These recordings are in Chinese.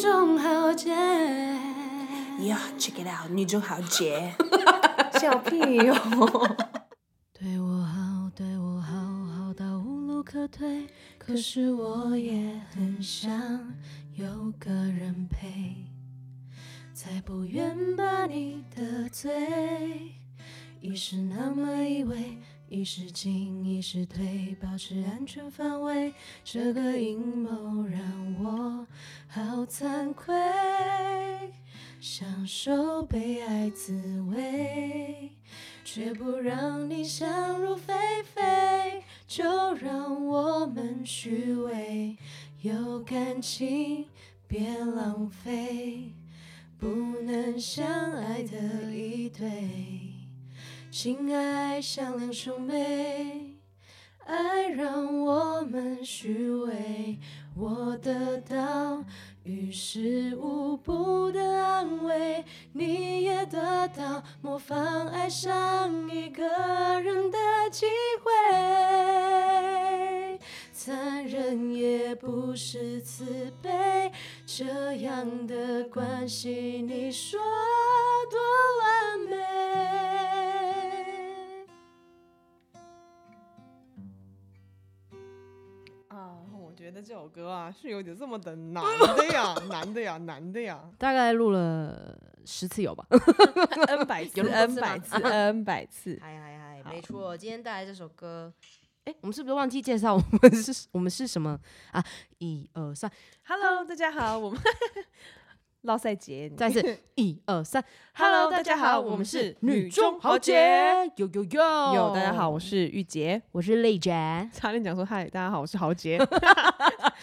中豪杰。 Yeah, check it out，女中豪杰。笑屁哟、 对我好，对我好，好到无路可退。可是我也很想有个人陪，才不愿把你得罪。一时那么依偎，一时进，一时退，保持安全范围。这个阴谋让我好惭愧，享受被爱滋味。却不让你想入非非，就让我们虚伪。有感情别浪费，不能相爱的一对。情爱像两兄妹，爱让我们虚伪。我得到于事无补的安慰，你也得到模仿爱上一个人的机会。残忍也不是慈悲，这样的关系你说多完美？ 啊，我觉得这首歌啊是有点这么的难的呀，难的呀，难的呀。大概录了十次有吧。 N 百次有那么多次吗 n 百次，N 百次。嗨嗨嗨，好没错，今天带来这首歌。哎，我们是不是忘记介绍我们是我们是什么啊？一二三， Hello，大家好， 我们唠赛杰，再 次一二三 Hello，大家好我们是女中豪杰有有有有大家好，我是玉洁， 我是丽 杰，差点讲说嗨，大家好，我是豪 杰。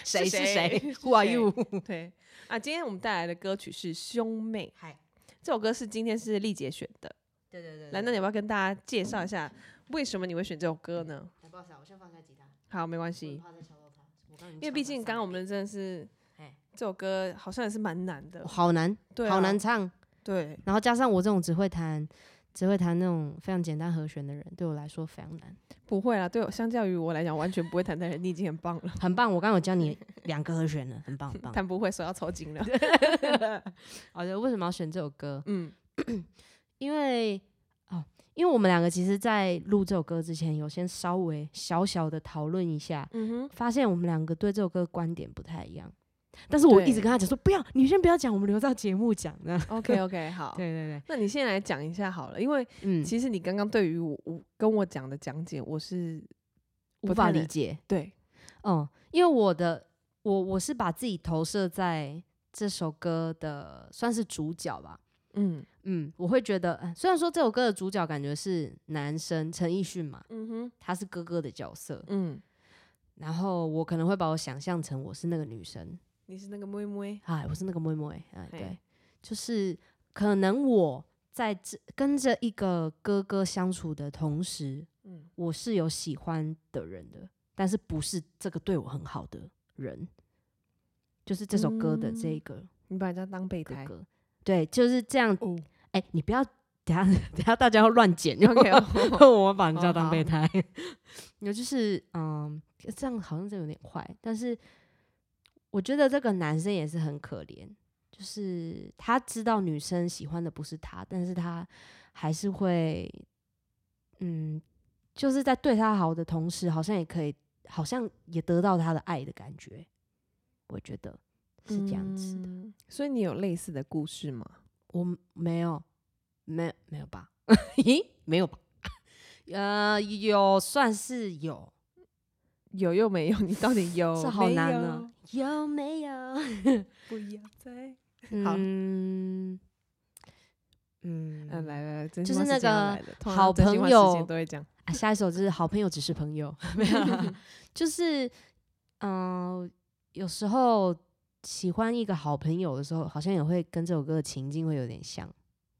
谁是谁谁是？Who are 谁 you？对啊，今天我们带来的歌曲是《兄妹》，嗨，这首歌是今天是丽姐选的。对对对，来，那你要不要跟大家介绍一下为什么你会选这首歌呢？来不好意思啊，我先放下吉他，好，没关我系，怕再敲到他。我刚刚已经因为毕竟敲到他刚刚我们真的是哎，这首歌好像也是蛮难的，好难，对、啊好难，唱，对，然后加上我这种只会弹只会弹那种非常简单和弦的人，对我来说非常难。不会啦，对我相较于我来讲完全不会弹的人，你已经很棒 了，很棒，我刚刚有教你两个和弦了，很棒很棒。弹不会手要抽筋了， 好的，为什么要选这首歌？嗯，因为哦，因为我们两个其实，在录这首歌之前，有先稍微小小的讨论一下，嗯哼，发现我们两个对这首歌观点不太一样。但是我一直跟他讲说，不要，你先不要讲，我们留到节目讲呢。 OK OK，好。 对对对，那你先来讲一下好了，因为嗯，其实你刚刚对于我我跟我讲的讲解，我是无不法太理能解。对，嗯，因为我的我我是把自己投射在这首歌的算是主角吧。嗯嗯，我会觉得，呃虽然说这首歌的主角感觉是男生陈奕迅嘛，嗯哼，他是哥哥的角色，嗯，然后我可能会把我想象成我是那个女生，你是那个妹妹，哎，我是那个妹妹，哎，嘿对，就是可能我在这跟着一个哥哥相处的同时，嗯我是有喜欢的人的，但是不是这个对我很好的人，就是这首歌的这嗯个你把人家当备哥胎哥，对，就是这样哦。哎、你不要等下 等下大家要乱剪，因为 OK，哦我把人家哦当好备胎。 有就是嗯，这样好像真的有点坏，但是我觉得这个男生也是很可怜，就是他知道女生喜欢的不是他，但是他还是会嗯，就是在对他好的同时，好像也可以，好像也得到他的爱的感觉。我觉得是这样子的，嗯所以你有类似的故事吗？我没有，没没有吧？ 咦，没有吧？呃，有算是有，有又没有？你到底有？这好没难哦有呢！。有没有？不要再…… 好嗯嗯呃，来来来，真就心是话那这样个来的通好常真朋心话时间友都会讲。啊，下一首就是好朋友只是朋友， 没有啦，就是嗯、呃有时候喜欢一个好朋友的时候，好像也会跟这首歌的情境会有点像。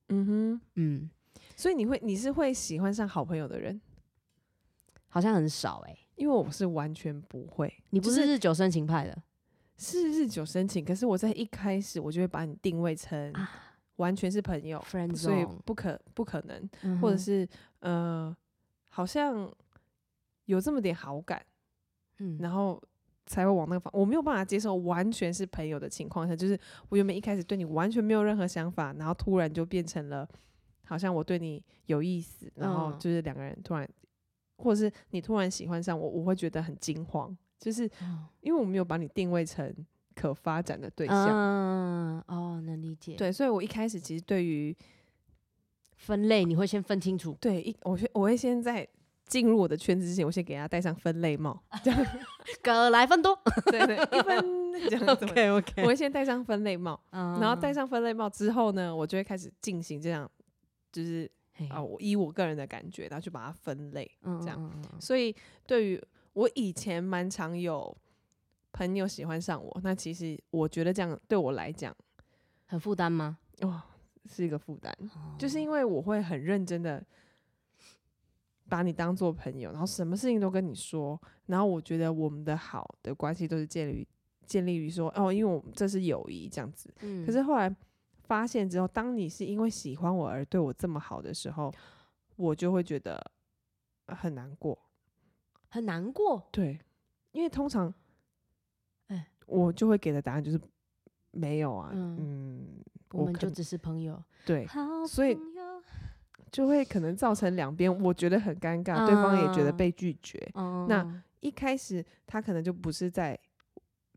嗯嗯，哼，所以你会你是会喜欢上好朋友的人，好像很少哎、因为我是完全不会。你不就是日久生情派的是日久生情，可是我在一开始我就会把你定位成啊完全是朋友， ，friend 所以 zone，不可不可能，嗯或者哼是呃，好像有这么点好感，嗯然后才会往那个方，我没有办法接受完全是朋友的情况下，就是我原本一开始对你完全没有任何想法，然后突然就变成了好像我对你有意思，然后嗯就是两个人突然，或者是你突然喜欢上我，我会觉得很惊慌，就是嗯因为我没有把你定位成可发展的对象。嗯，哦，能理解。，对，所以我一开始其实对于分类你会先分清楚，对一，我先我会先在进入我的圈子之前，我先给他戴上分类帽， 这样葛来分 多。对对，一分这样子。我 OK，嗯会先戴上分类帽，然然后戴上分类帽之后呢，我就会开始进行这样，就是啊、我依我个人的感觉，然后去把它分类。这这样，嗯嗯嗯所以对于我以前蛮常有朋友喜欢上我，那其实我觉得这样对我来讲，很负担吗？哇、是一个负担，就是因为我会很认真的把你当做朋友，然后什么事情都跟你说，然后我觉得我们的好的关系都是建立于建立于说哦，因为我们这是友谊这样子。嗯可是后来发现之后，当你是因为喜欢我而对我这么好的时候，我就会觉得呃很难过。很难过，对，因为通常，哎我就会给的答案就是没有啊，嗯嗯，我我们可就能只是朋友。对，好所以朋友就会可能造成两边我觉得很尴尬，对方也觉得嗯被拒绝。嗯那一开始他可能就不是在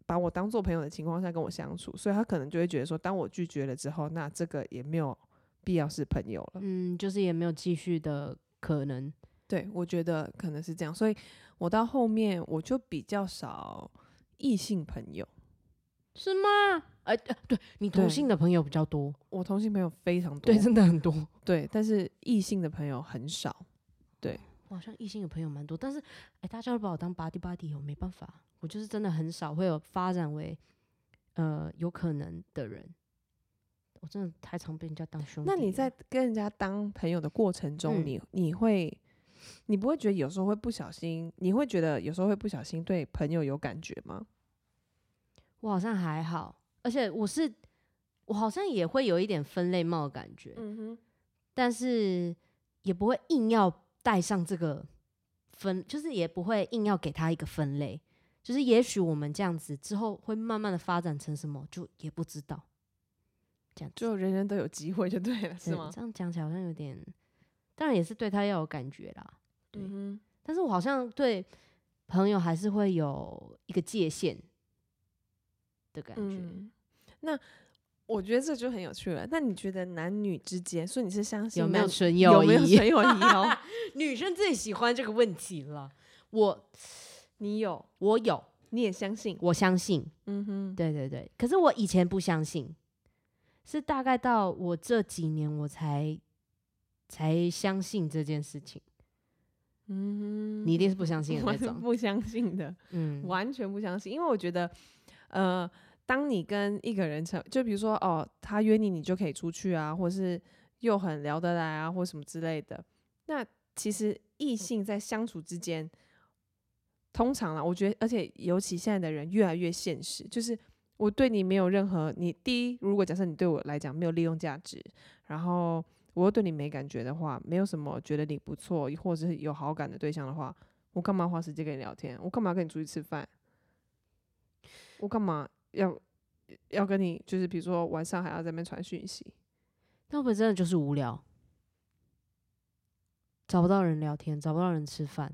把我当做朋友的情况下跟我相处，所以他可能就会觉得说，当我拒绝了之后，那这个也没有必要是朋友了。嗯，就是也没有继续的可能。对，我觉得可能是这样，所以我到后面我就比较少异性朋友，是吗？哎、呃对你同对性的朋友比较多，我同性朋友非常多，对，真的很多。对，但是异性的朋友很少。我好像异性的朋友蛮多，但是哎、大家都把我当 body body 哦，没办法，我就是真的很少会有发展为呃有可能的人。我真的太常被人家当兄弟那了。你在跟人家当朋友的过程嗯中，你你会，你不会觉得有时候会不小心，你会觉得有时候会不小心对朋友有感觉吗？我好像还好，而且我是我好像也会有一点分类帽的感觉，嗯哼，但是也不会硬要带上这个分，就是也不会硬要给他一个分类。就是也许我们这样子之后会慢慢的发展成什么，就也不知道。这样子就人人都有机会就对了，是对吗？嗯这样讲起来好像有点，当然也是对他要有感觉啦。对嗯但是我好像对朋友还是会有一个界限的感哼，觉。嗯。那我觉得这就很有趣了。那你觉得男女之间，所以你是相信有没有男纯有友谊？没 有纯友谊哦？女生最喜欢这个问题了。我你有，我有，你也相信？我相信，嗯哼，对对对。可是我以前不相信，是大概到我这几年我才才相信这件事情。嗯哼，你一定是不相信的我那是种，不相信的。嗯，完全不相信，因为我觉得，呃，当你跟一个人成，就比如说哦，他约你，你就可以出去啊，或是又很聊得来啊，或什么之类的。那其实异性在相处之间，通常啦，我觉得，而且尤其现在的人越来越现实，就是我对你没有任何，你第一，如果假设你对我来讲没有利用价值，然后我又对你没感觉的话，没有什么觉得你不错或者是有好感的对象的话，我干嘛花时间跟你聊天？我干嘛跟你出去吃饭？我干嘛要要跟你？就是比如说晚上还要在那边传讯息，那会不会真的就是无聊？找不到人聊天，找不到人吃饭，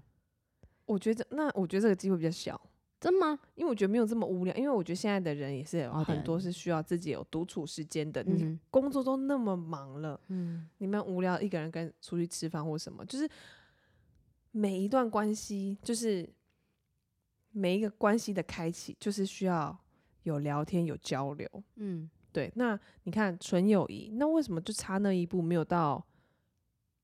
我觉得那我觉得这个机会比较小，真吗？因为我觉得没有这么无聊，因为我觉得现在的人也是有哦对很多是需要自己有独处时间的。你嗯工作都那么忙了，嗯，你们无聊一个人跟出去吃饭或什么，就是每一段关系，就是每一个关系的开启，就是需要有聊天有交流。嗯，对，那你看纯友谊，那为什么就差那一步没有到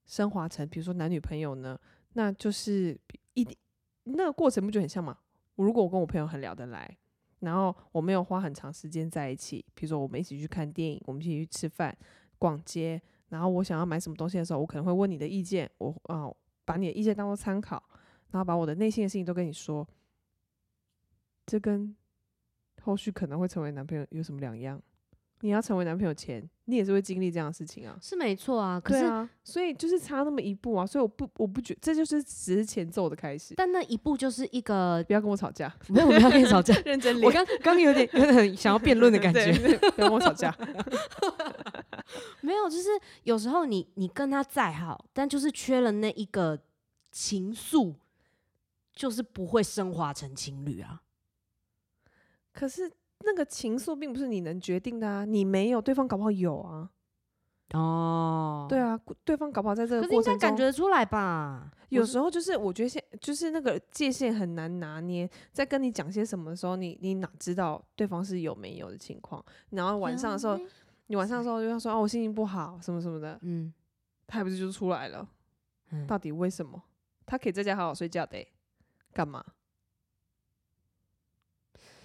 升华成，比如说男女朋友呢？那就是比一定那个过程不就很像吗？我如果我跟我朋友很聊得来，然后我没有花很长时间在一起，比如说我们一起去看电影，我们一起去吃饭、逛街，然后我想要买什么东西的时候，我可能会问你的意见，我啊、把你的意见当做参考，然后把我的内心的事情都跟你说，这跟后续可能会成为男朋友有什么两样？你要成为男朋友前，你也是会经历这样的事情啊。是没错啊。可对是、啊，所以就是差那么一步啊，所以我不我不觉这就是只是前奏的开始。但那一步就是一个不要跟我吵架， 没有，我不要跟你吵 架。认真我脸。刚刚有点有点想要辩论 的感对觉，不要跟我吵 架。没有，就是有时候你你跟他再好，但就是缺了那一个情愫，就是不会升华成情侣啊。可是那个情愫并不是你能决定的啊，你没有，对方搞不好有啊。哦对，啊，对方搞不好在这可个是应过该程中感觉得出来吧？有我时候就是我觉得现就是那个界限很难拿捏，在跟你讲些什么的时候，你你哪知道对方是有没有的情况？然后晚上的时啊候，，你晚上的时候就要说哦，我心情不好什么什么的，嗯他还不是就出来了？嗯，到底为什么？他可以在家好好睡觉的欸、干嘛？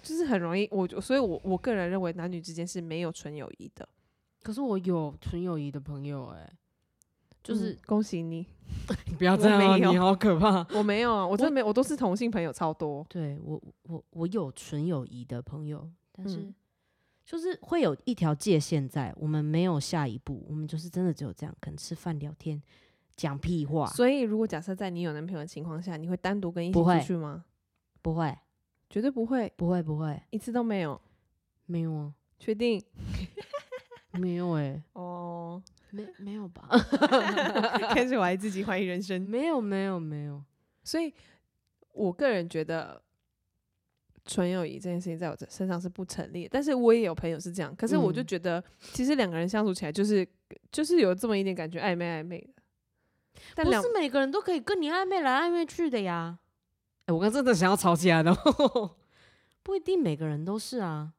就是很容易，我就所以我我个人认为男女之间是没有纯友谊的。可是我有纯友谊的朋友哎、就是嗯、恭喜你，你不要这样啊你好可怕。我没有啊，我真的没有，我都是同性朋友超多。对我我我有纯友谊的朋友，但是嗯就是会有一条界限在，我们没有下一步，我们就是真的只有这样，可能吃饭聊天，讲屁话，所以如果假设在你有男朋友的情况下，你会单独跟异性不会出去吗？不会绝对不会，不会不会，一次都没有，没有啊，确定？没有哎、哦， 没没有吧？ 开始怀疑自己，怀疑人生。 没有没有没有，所以我个人觉得纯友谊这件事情在我这身上是不成立的，但是我也有朋友是这样，可是我就嗯觉得其实两个人相处起来就是就是有这么一点感觉暧昧暧昧的，但不两是每个人都可以跟你暧昧来暧昧去的呀。哎、我刚真的想要吵起来的， 不一定每个人都是啊。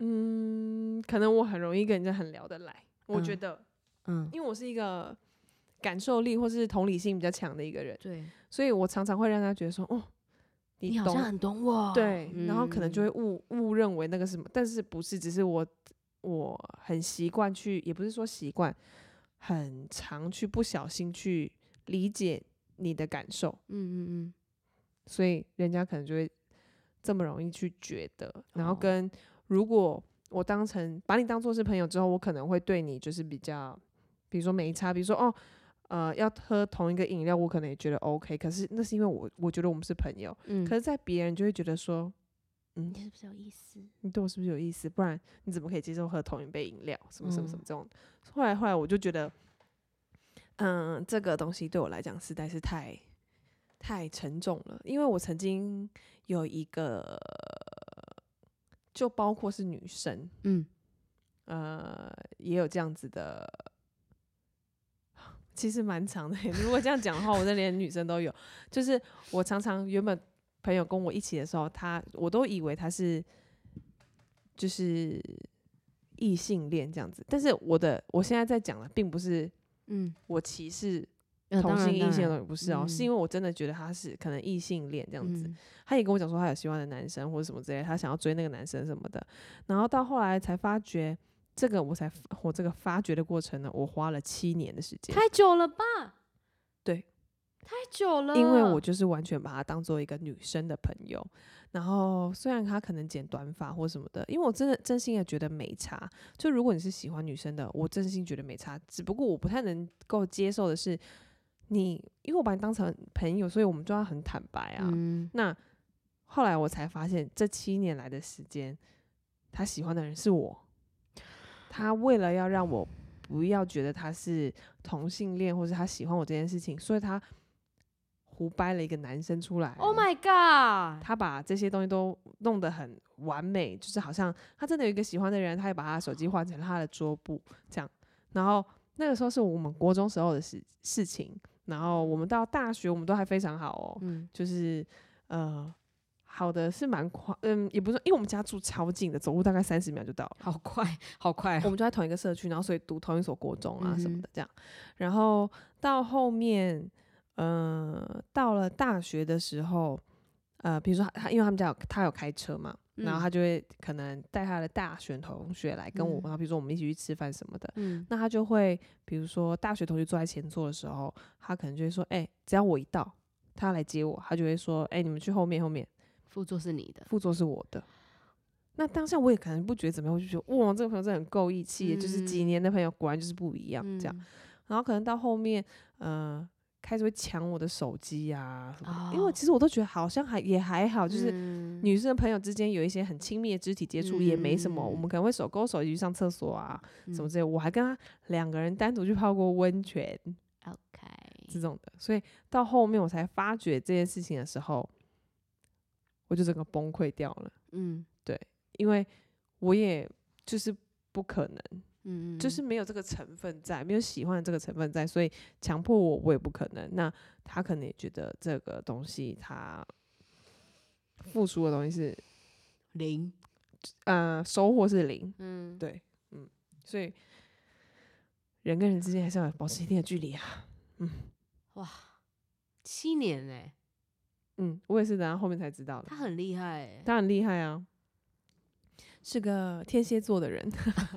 嗯，可能我很容易跟人家很聊得来，我觉嗯得嗯，因为我是一个感受力或是同理心比较强的一个人，对，所以我常常会让他觉得说哦。你好懂像很懂我。对，然后可能就嗯会误误认为那个什么，但是不是？只是我我很习惯去，也不是说习惯，很常去不小心去理解你的感受，嗯嗯所以人家可能就会这么容易去觉得，然后哦跟、如果我当成把你当做是朋友之后，我可能会对你就是比较，比如说没差，比如说哦。呃，要喝同一个饮料，我可能也觉得 OK，可是那是因为我我觉得我们是朋友，嗯嗯，可是，在别人就会觉得说，嗯，是不是有意思？你对我是不是有意思？不然你怎么可以接受喝同一杯饮料？什么什么什么嗯这种。后来后来我就觉得，嗯，这个东西对我来讲实在是太太沉重了，因为我曾经有一个，就包括是女生，嗯，呃，也有这样子的。其实蛮长的耶，如果这样讲的话，我这连女生都有。就是我常常原本朋友跟我一起的时候，他我都以为他是就是异性恋这样子，但是我的我现在在讲的并不是嗯，我歧视呃同当然性异当性然恋，不是哦，是嗯因为我真的觉得他是可能异性恋这这样子。他也跟我讲说他有喜欢的男生或者什么之类，他想要追那个男生什么的。然后到后来才发觉，这个我才我这个发掘的过程呢，我花了七年的时间，太久了吧？对，太久了。因为我就是完全把他当做一个女生的朋友。然后虽然他可能剪短发或什么的，因为我真的真心的觉得没差。就如果你是喜欢女生的，我真心觉得没差。只不过我不太能够接受的是你，因为我把你当成朋友，所以我们就要很坦白啊。嗯，那后来我才发现，这七年来的时间，他喜欢的人是我。他为了要让我不要觉得他是同性恋，或是他喜欢我这件事情，所以他胡掰了一个男生出来。 Oh my god！他把这些东西都弄得很完美，就是好像他真的有一个喜欢的人，他也把他的手机换成他的桌布这样。然后那个时候是我们国中时候的事事情，然后我们到大学我们都还非常好哦。嗯，就是呃，好的是蛮快，嗯，也不是说，因为我们家住超近的，走路大概三十秒就到了。 好快，好快我们就在同一个社区，然后所以读同一所国中啊什嗯么哼的这样。然后到后面，呃，到了大学的时候，呃，比如说他他，因为他们家有他有开车嘛，然后嗯他就会可能带他的大学同学来跟我，嗯然后比如说我们一起去吃饭什么的。嗯那他就会，比如说大学同学坐在前座的时候，他可能就会说：“哎、只要我一到，他来接我，他就会说：‘哎、你们去后面，后面副座是你的，副座是我的。’”那当下我也可能不觉得怎么样，我就觉得哇，这个朋友真的很够义气耶，就是几嗯年的朋友果然就是不一样这样。嗯然后可能到后面，呃，开始会抢我的手机啊什么的，因为哦我其实我都觉得好像还也还好，就是嗯女生朋友之间有一些很亲密的肢体接触也没什么，我嗯们可能会手勾手一起去上厕所啊什么嗯之类的，我还跟她两个人单独去泡过温泉嗯 OK，这种的，所以到后面我才发觉这件事情的时候，我就整个崩溃掉了，嗯因为我也就是不可能，嗯，就是没有这个成分在，没有喜欢的这个成分在，所以强迫我我也不可能。那他可能也觉得这个东西他付出的东西是零，呃收获是零，嗯，对，嗯，所以人跟人之间还是要保持一定的距离啊。哇，七年哎、嗯，我也是等到后面才知道的他。很厉害哎、他很厉害啊，是个天蝎座的人。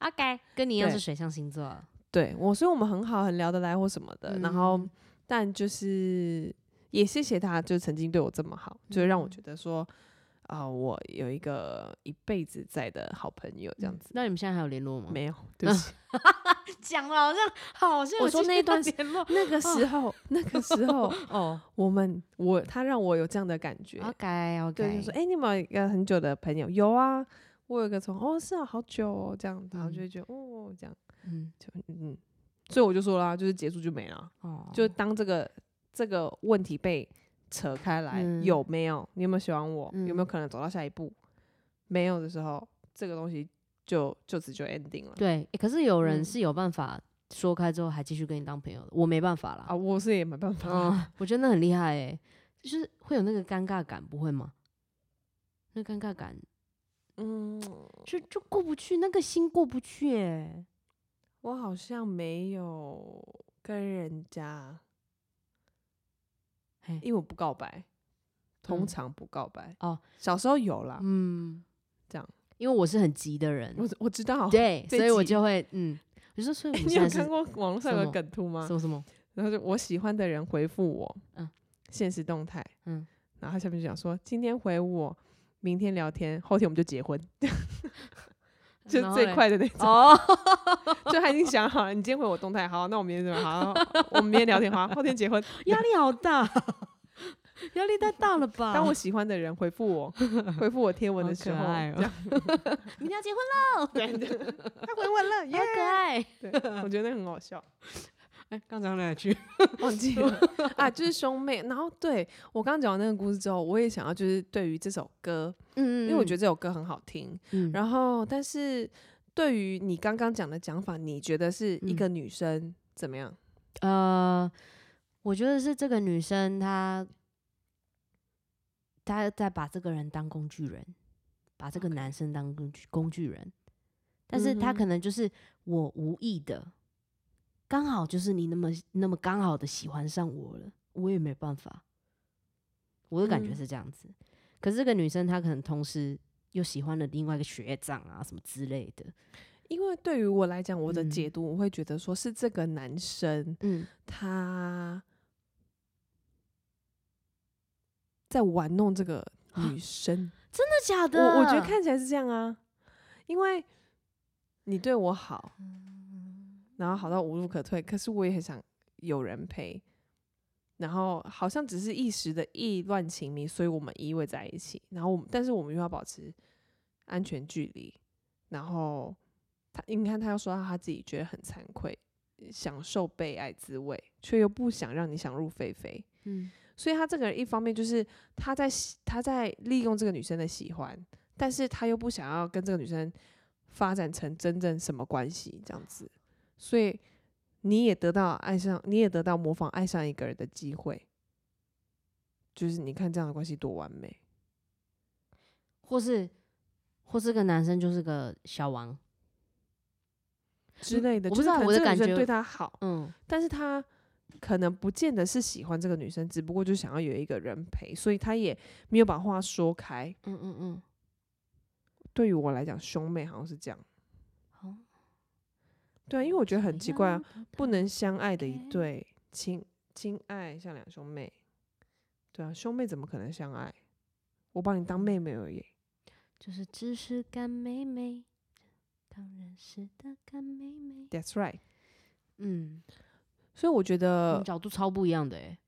OK，跟你一样对是水象星座，对我，所以我们很好，很聊得来或什么的。然后嗯，但就是也谢谢他，就曾经对我这么好，就让我嗯觉得说，啊、我有一个一辈子在的好朋友这样子。嗯那你们现在还有联络吗？没有，对不起。讲了，好像好像我有说继那续一段时联络。那个时 候，那个时候，哦我们我他让我有这样的感觉。啊，OK 对， OK，就说哎、诶你有没有一个很久的朋友？有啊，我有一个从哦是啊，好久哦这样，然后就会觉得、哦这样，嗯就嗯，所以我就说啦，就是结束就没了，哦，就当这个这个问题被扯开来，嗯有没有？你有没有喜欢我？有没有嗯可能走到下一步？没有的时候，这个东西就就此就 ending 了。对、诶可是有人嗯是有办法说开之后还继续跟你当朋友的，我没办法啦。啊，我是也没办法， 嗯，我觉得那很厉害哎、就是会有那个尴尬感，不会吗？那尴尬感嗯，就就过不去，那个心过不去哎、我好像没有跟人家，嘿因为我不告白，通嗯常不告白。哦，小时候有啦，嗯，啊这样，因为我是很急的人，我我知道。对，这所以我集就会嗯，我就说 所以我诶们 你现有在是看过网络上什有个么梗图吗什？么什么，然后就我喜欢的人回复我，嗯，现实动态，嗯，然后下面就讲说今天回我，明天聊天，后天我们就结婚，就然后最嘞快的那种， 哦，就他已经想好了，你今天回我动态，好，那我明天怎么好，我们明天聊天，好，后天结婚。 压力好大，压力太大了吧？当我喜欢的人回复我，回复我贴文的好时可候，爱哦 这样明天要结婚对对，他回我了，了，耶好可爱。 对，我觉得很好 笑，哎，刚讲哪句？忘 记了啊，就是兄妹。然后对我刚刚讲完那个故事之后，我也想要就是对于这首歌，嗯因为我觉得，得这首歌很好听。嗯然后，但是对于你刚刚讲的讲法，你觉得是一嗯个女生怎么样？呃，我觉得是这个女生她，她在把这个人当工具人，把这个男生当工具工具人，但是她嗯哼可能就是我无意的，刚好就是你那么那么刚好的喜欢上我了，我也没办法，我的感觉嗯是这样子。可是这个女生她可能同时又喜欢了另外一个学长啊什么之类的，因为对于我来讲，我的嗯解读我会觉得说是这个男生嗯他在玩弄这个啊女生。真的假的？我我觉得看起来是这样啊，因为你对我好，然后好到无路可退，可是我也很想有人陪，然后好像只是一时的意乱情迷，所以我们依偎在一起，然后我们但是我们又要保持安全距离，然后他你看他又说到他自己觉得很惭愧，享受被爱滋味，却又不想让你想入非非，嗯所以他这个人一方面就是他在喜他在利用这个女生的喜欢，但是他又不想要跟这个女生发展成真正什么关系这样子，所以你也得到爱上，你也得到模仿爱上一个人的机会，就是你看这样的关系多完美，或是或是个男生就是个小王，之类嗯的，我不就是知道可能我的这个感女生觉对他好，嗯但是他可能不见得是喜欢这个女生，只不过就想要有一个人陪，所以他也没有把话说开。嗯嗯嗯，对于我来讲，兄妹好像是这样。好，对啊，因为我觉得很奇怪啊，不能相爱的一嗯 OK 对亲亲爱像两兄妹，对啊，兄妹怎么可能相爱？我把你当妹妹而已，就是只是干妹妹，刚认识的干妹妹。 That's right。嗯，所以我觉我得们，角度超不一样的哎、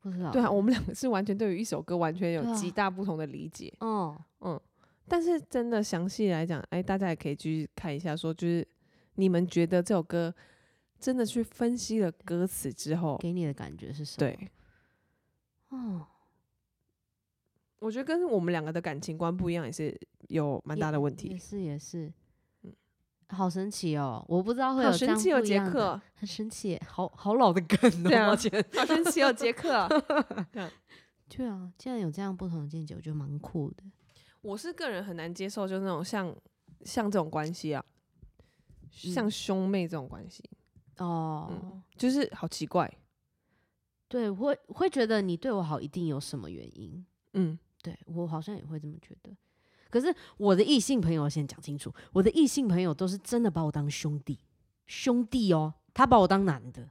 不知道。呃对啊，我们两个是完全对于一首歌完全有对啊极大不同的理解。哦，嗯，但是真的详细来讲，哎，大家也可以去看一下，说就是你们觉得这首歌真的去分析了歌词之后，给你的感觉是什么？对，哦，我觉得跟我们两个的感情观不一样，也是有蛮大的问也题。是也是，嗯好神奇哦！我不知道会好有这神样奇哦，不一杰样的克，很神奇耶，好好老的梗哦，对啊抱歉。好神奇哦，杰克。 对啊，既然有这样不同的见解，我觉得蛮酷的。 我是个人很难接受，就是那种像像这种关系啊，嗯像兄妹这种关系，哦，嗯就是好奇怪。对，会会觉得你对我好，一定有什么原因。嗯，对我好像也会这么觉得。可是我的异性朋友先讲清楚，我的异性朋友都是真的把我当兄弟，兄弟哦，他把我当男的。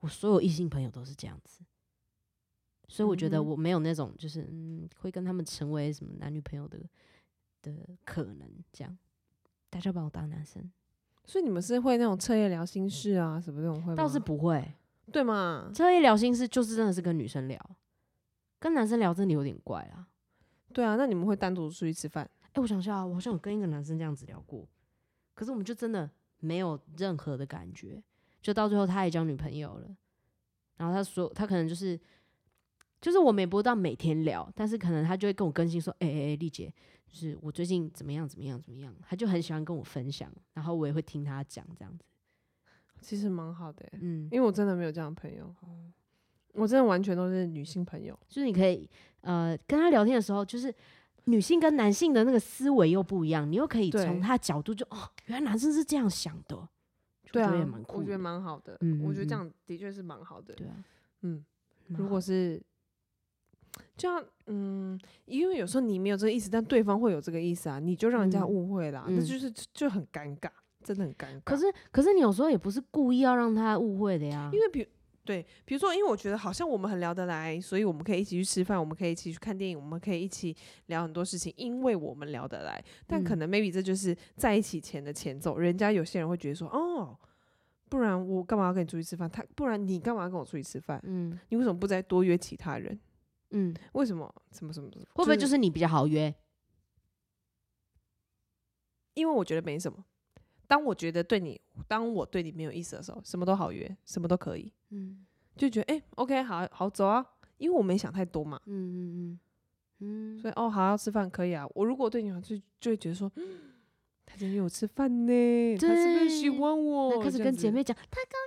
我所有异性朋友都是这样子，所以我觉嗯得哼我没有那种就是嗯，会跟他们成为什么男女朋友的的可能。这样，大家把我当男生所以你们是会那种彻夜聊心事啊，什么这种会吗？倒是不会，对嘛？这一聊心事就是真的是跟女生聊，跟男生聊真的有点怪啦。对啊，那你们会单独出去吃饭？哎、我想一下啊，我好像有跟一个男生这样子聊过，可是我们就真的没有任何的感觉，就到最后他也交女朋友了，然后他说他可能就是，就是我们也不会到每天聊，但是可能他就会跟我更新说，哎哎哎，丽姐，就是我最近怎么样怎么样怎么样，他就很喜欢跟我分享，然后我也会听他讲这样子，其实蛮好的欸、嗯，因为我真的没有这样的朋友，哦我真的完全都是女性朋友。就是你可以呃跟他聊天的时候，就是女性跟男性的那个思维又不一样，你又可以对从他的角度就哦，原来男生是这样想的哦，就对觉啊得也蛮，酷我觉的得蛮好的。嗯我觉得这嗯嗯样的确是蛮好的。对啊，嗯，蛮如好果是这样，嗯，因为有时候你没有这个意思，但对方会有这个意思啊，你就让人家嗯误会啦，那嗯就是就很尴尬，真的很尴尬。可是可是你有时候也不是故意要让他误会的呀，因为比对，比如说，因为我觉得好像我们很聊得来，所以我们可以一起去吃饭，我们可以一起去看电影，我们可以一起聊很多事情，因为我们聊得来。但可嗯能 maybe 这就是在一起前的前奏，人家有些人会觉得说，哦，不然我干嘛要跟你出去吃饭？他不然你干嘛要跟我出去吃饭？嗯你为什么不再多约其他人？嗯，为什么？什么什么？会不会就是你比较好约？因为我觉得没什么。当我觉得对你，当我对你没有意思的时候，什么都好约，什么都可以，嗯就觉得哎、o k 好好走啊，因为我没想太多嘛。嗯嗯嗯所嗯，以哦，好要吃饭可以啊。我如果对你好，就就会觉得说， 嗯他今天约我吃饭呢，他是不是喜对欢我？那开始哦这样跟姐子妹讲，他刚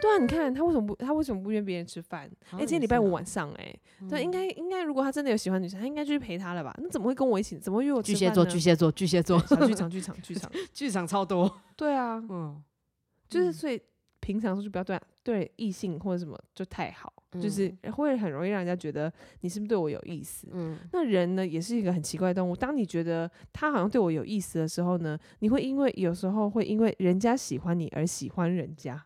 对啊，你看他为什么不他为什么不约别人吃饭？哎、好像今天也礼拜是嗯五哦晚上哎、约对，应该应该如果他真的有喜欢女生，他应该就去陪她了吧？那怎么会跟我一起？怎么会约我吃巨饭蟹座，呢 巨蟹座，巨蟹 座，小剧场剧场 剧场，剧场超多，对啊，嗯， 就是嗯所以平常的时候就不要对啊对异性或者什么就太好，嗯就是会很容易让人家觉得你是不是对我有意思？嗯那人呢，也是一个很奇怪的动物。当你觉得他好像对我有意思的时候呢，你会因为有时候会因为人家喜欢你而喜欢人家，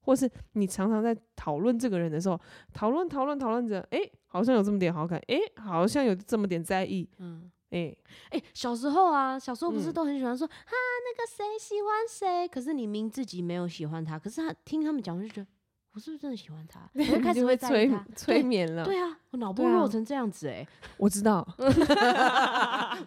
或是你常常在讨论这个人的时候，讨论讨论讨论着，诶，好像有这么点好感，诶，好像有这么点在意，嗯。诶，哎、小时候啊，小时候不是嗯都很喜欢说、哈那个谁喜欢谁，可是你明自己没有喜欢他，可是他听他们讲就觉得我是不是真的喜欢他， 我就开 你始会在意催他，催眠了对。对啊，我脑波对啊弱成这样子 哎、我知道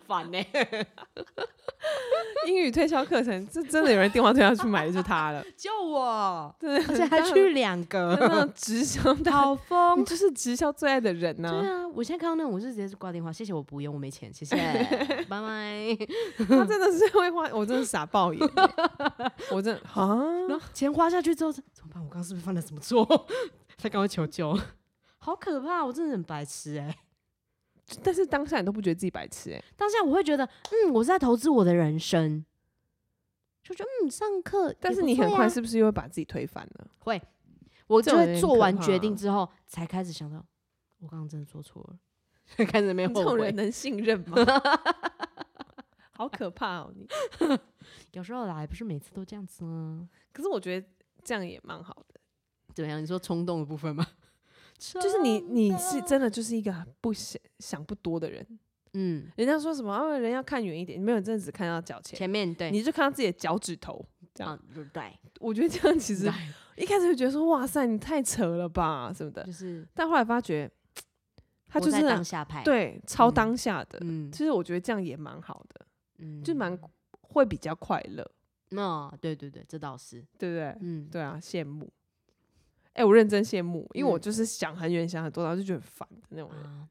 烦欸呢、 英语推销课程，这真的有人电话推销去买的就他 了，救我！对，而且还去两那 个，种直销大， 好疯你。就是直销最爱的人对呐、啊，我现在看到那种，我就直接挂电话，谢谢，我不用，我没钱， 谢谢，拜拜。他真的是会花，我真的傻爆 眼欸，我真的啊，然后钱花下去之后是怎么办？我刚刚是不是犯了什么错？ 他赶快求救，好可怕！我真的很白痴哎、但是当下你都不觉得自己白痴哎、当下我会觉得，嗯，我是在投资我的人生，就觉得嗯，上课也不错呀、但是你很快是不是又会啊把自己推翻了？会，我这就种会人做很完可决怕定之后才开始想到，我刚刚真的做错了， 开始没你这后种悔人。能信任吗？ 好可怕哦你！有时候啦，也不是每次都这样子啊。可是我觉得这样也蛮好的，怎么样？你说冲动的部 分吗？就啊就是你你是真的就是一个不想想不多的人，嗯，人家说什么啊，人要看远一点，没有，你真的只看到脚前，前面对，你就看到自己的脚趾头。这样啊，对，我觉得这样其 实对一开始就觉得说，哇塞，你太扯了吧什么的，就是但后来发觉，他就活在真的当下派，，对超嗯当下的。嗯其实我觉得这样也蛮好的，嗯，就蛮会比较快乐，那对对对，这倒是，对不对？嗯，对啊，羡慕。哎、我认真羡慕，因为我嗯就是想很远，想很多，然后就觉得很烦的那种人。啊，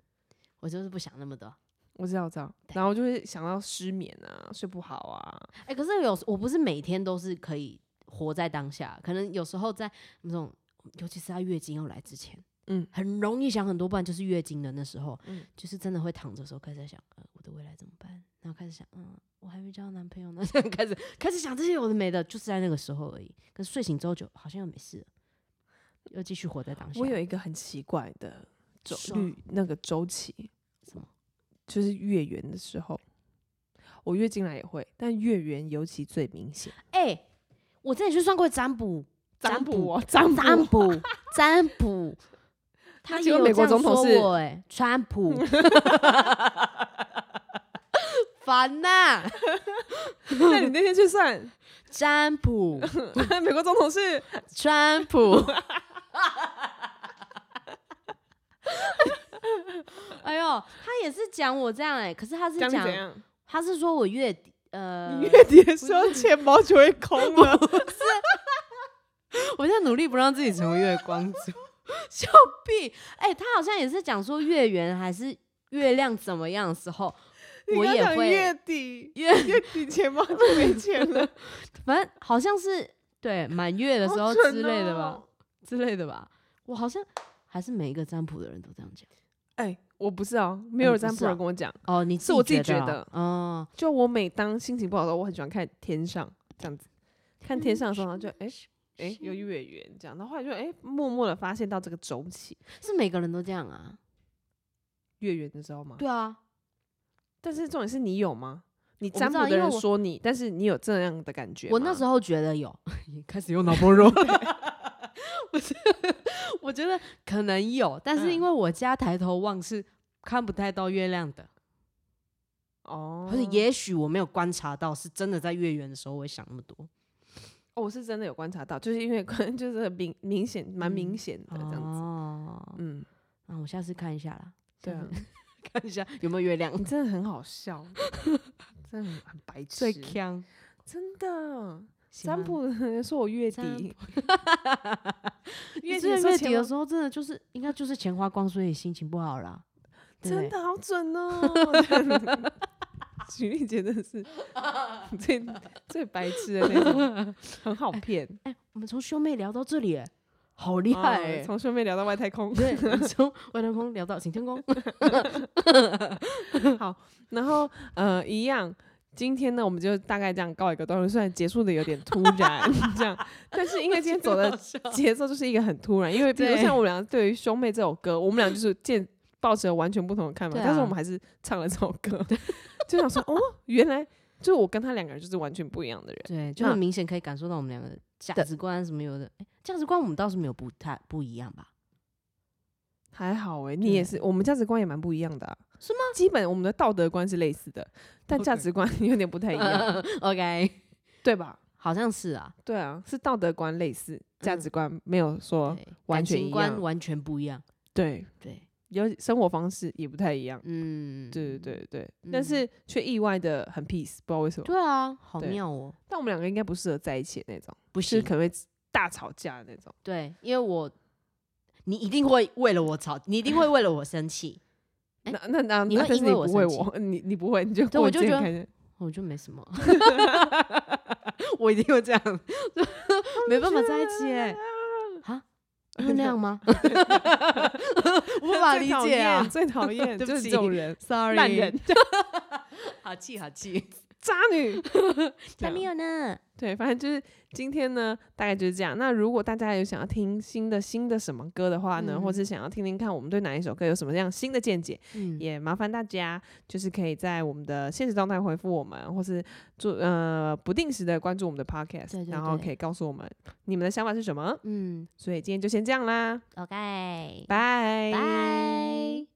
我就是不想那么多。我知道，我知道，然后就会想到失眠啊，睡不好啊，哎、可是有时我不是每天都是可以活在当下，可能有时候在那种，尤其是她月经要来之前，嗯，很容易想很多，不然就是月经的那时候，嗯就是真的会躺着的时候开始在想，呃，我的未来怎么办？然后开始想，嗯，我还没交男朋友呢， 开始开始想这些有的没的，就是在那个时候而已。可是睡醒之后就好像又没事了，又继续活在当下。我有一个很奇怪的周说律那个周期，什么？就是月圆的时候，我月经来也会，但月圆尤其最明显。哎、我之前去算过占卜，占卜哦， 占卜，占卜，占卜。 他也请问有美国这样总统说是我哎，川 普，烦呐、那你那天去算占卜，美国总统是川 普。哎呦，他也是讲我这样哎、可是他是讲你讲怎，样？他是说我月底，呃，你月底的时候钱包就会空了，我在努力不让自己成为月光 族。笑屁！哎、他好像也是讲说月圆还是月亮怎么样的时候，你我刚也讲会月底月月底钱包就没钱了反正好像是对满月 的时候好准之类的吧，哦之类的吧。我好像还是每一个占卜的人都这样讲。哎、我不是哦，没啊你有不占是卜人哦跟我讲。哦，你是我自己觉哦得哦，就我每当心情不好的时候，我很喜欢看天上这样子，看天上的时候，然后就哎哎、有嗯月圆这样，然后后来就哎、默默的发现到这个周期是每个人都这样啊？月圆，你知道吗？对啊，但是重点是你有吗？你不占知道卜的因为人我说你，但是你有这样的感觉吗？我那时候候觉得有， 开始有 脑波肉。不是，我觉得可能有，但是因嗯为我家抬头望是看不太到月亮的，哦， 或者也许我没有观察到，是真的在月圆的时候我会想那么多。哦，我是真的有观察 到，就是因为可能就是很明明显蛮明嗯显的这样子，哦，嗯，那我下次看一下 啦，对啊，看一下有没有月 亮。你真的很好 笑，真的很很白痴，最强真的。喜占欢 卜的人说我月占底，你月之前底的时候月钱底包的时候，真的就是应该就是钱花光，所以心情不好啦。对不对，真的好准哦！徐丽姐真的 是最最白痴的那种，很好骗，哎、我们从兄妹聊到这里、哎好 厉害、啊哎！从兄妹聊到外 太空。对，我 们从外太空聊到请天宫，然后呃，一样，今天呢，我们就大概这样告一个段落，虽然结束的有点突然这样，但是因为今天 走的节奏就是一个很突然，因为比如对像我们俩对于兄妹这首歌，我们俩就是见抱着完全不同的看法，对啊但是我们还是唱了这首歌，就想说哦，原来就是我跟他两个人就是完全不一样的人。对，就很明显可以感受到我们两个的价对值观什么有的，哎价值观我们倒是没有不太不一样吧？还好诶、你也对是，我们价值观也蛮不一样的、是吗？基本我们的道德观是类似的，但价 OK 嗯值观 有点不太一样， OK，对吧？好像是啊，对啊，是道德观类似，价嗯值观没有说对，哦完感全情一观样完全不一样，对，对，有生活方式也不太一样。嗯，对对对对，嗯但是却意外的很 peace，不知道为什么。对啊，好对妙哦，但我们两个应该不适合在一起的那种，不是行，可能会大吵架的那种。对，因为我你一定会为了我吵，你一定会为了我生气，哎那那那，你那会但因是为你我不会生我，你你不会，你就对跟我我就之前觉得看见我就没什么， 我一定会这 样，没办法在一起哎、啊，因为那样吗？无法 理解啊最讨厌，最讨厌对不就是这起种人， ，sorry，烂人， 好气好气， 渣女。还没有呢，对，反正就是今天呢，大概就是这样。那如果大家有想要听新的新的什么歌的话呢，嗯或是想要听听看我们对哪一首歌有什么样新的见解，嗯，也麻烦大家就是可以在我们的现实动态回复我们，或是做呃不定时的关注我们的 podcast，对对然后对可以告诉我们你们的想法是什么。嗯所以今天就先这样啦， ，OK，拜拜。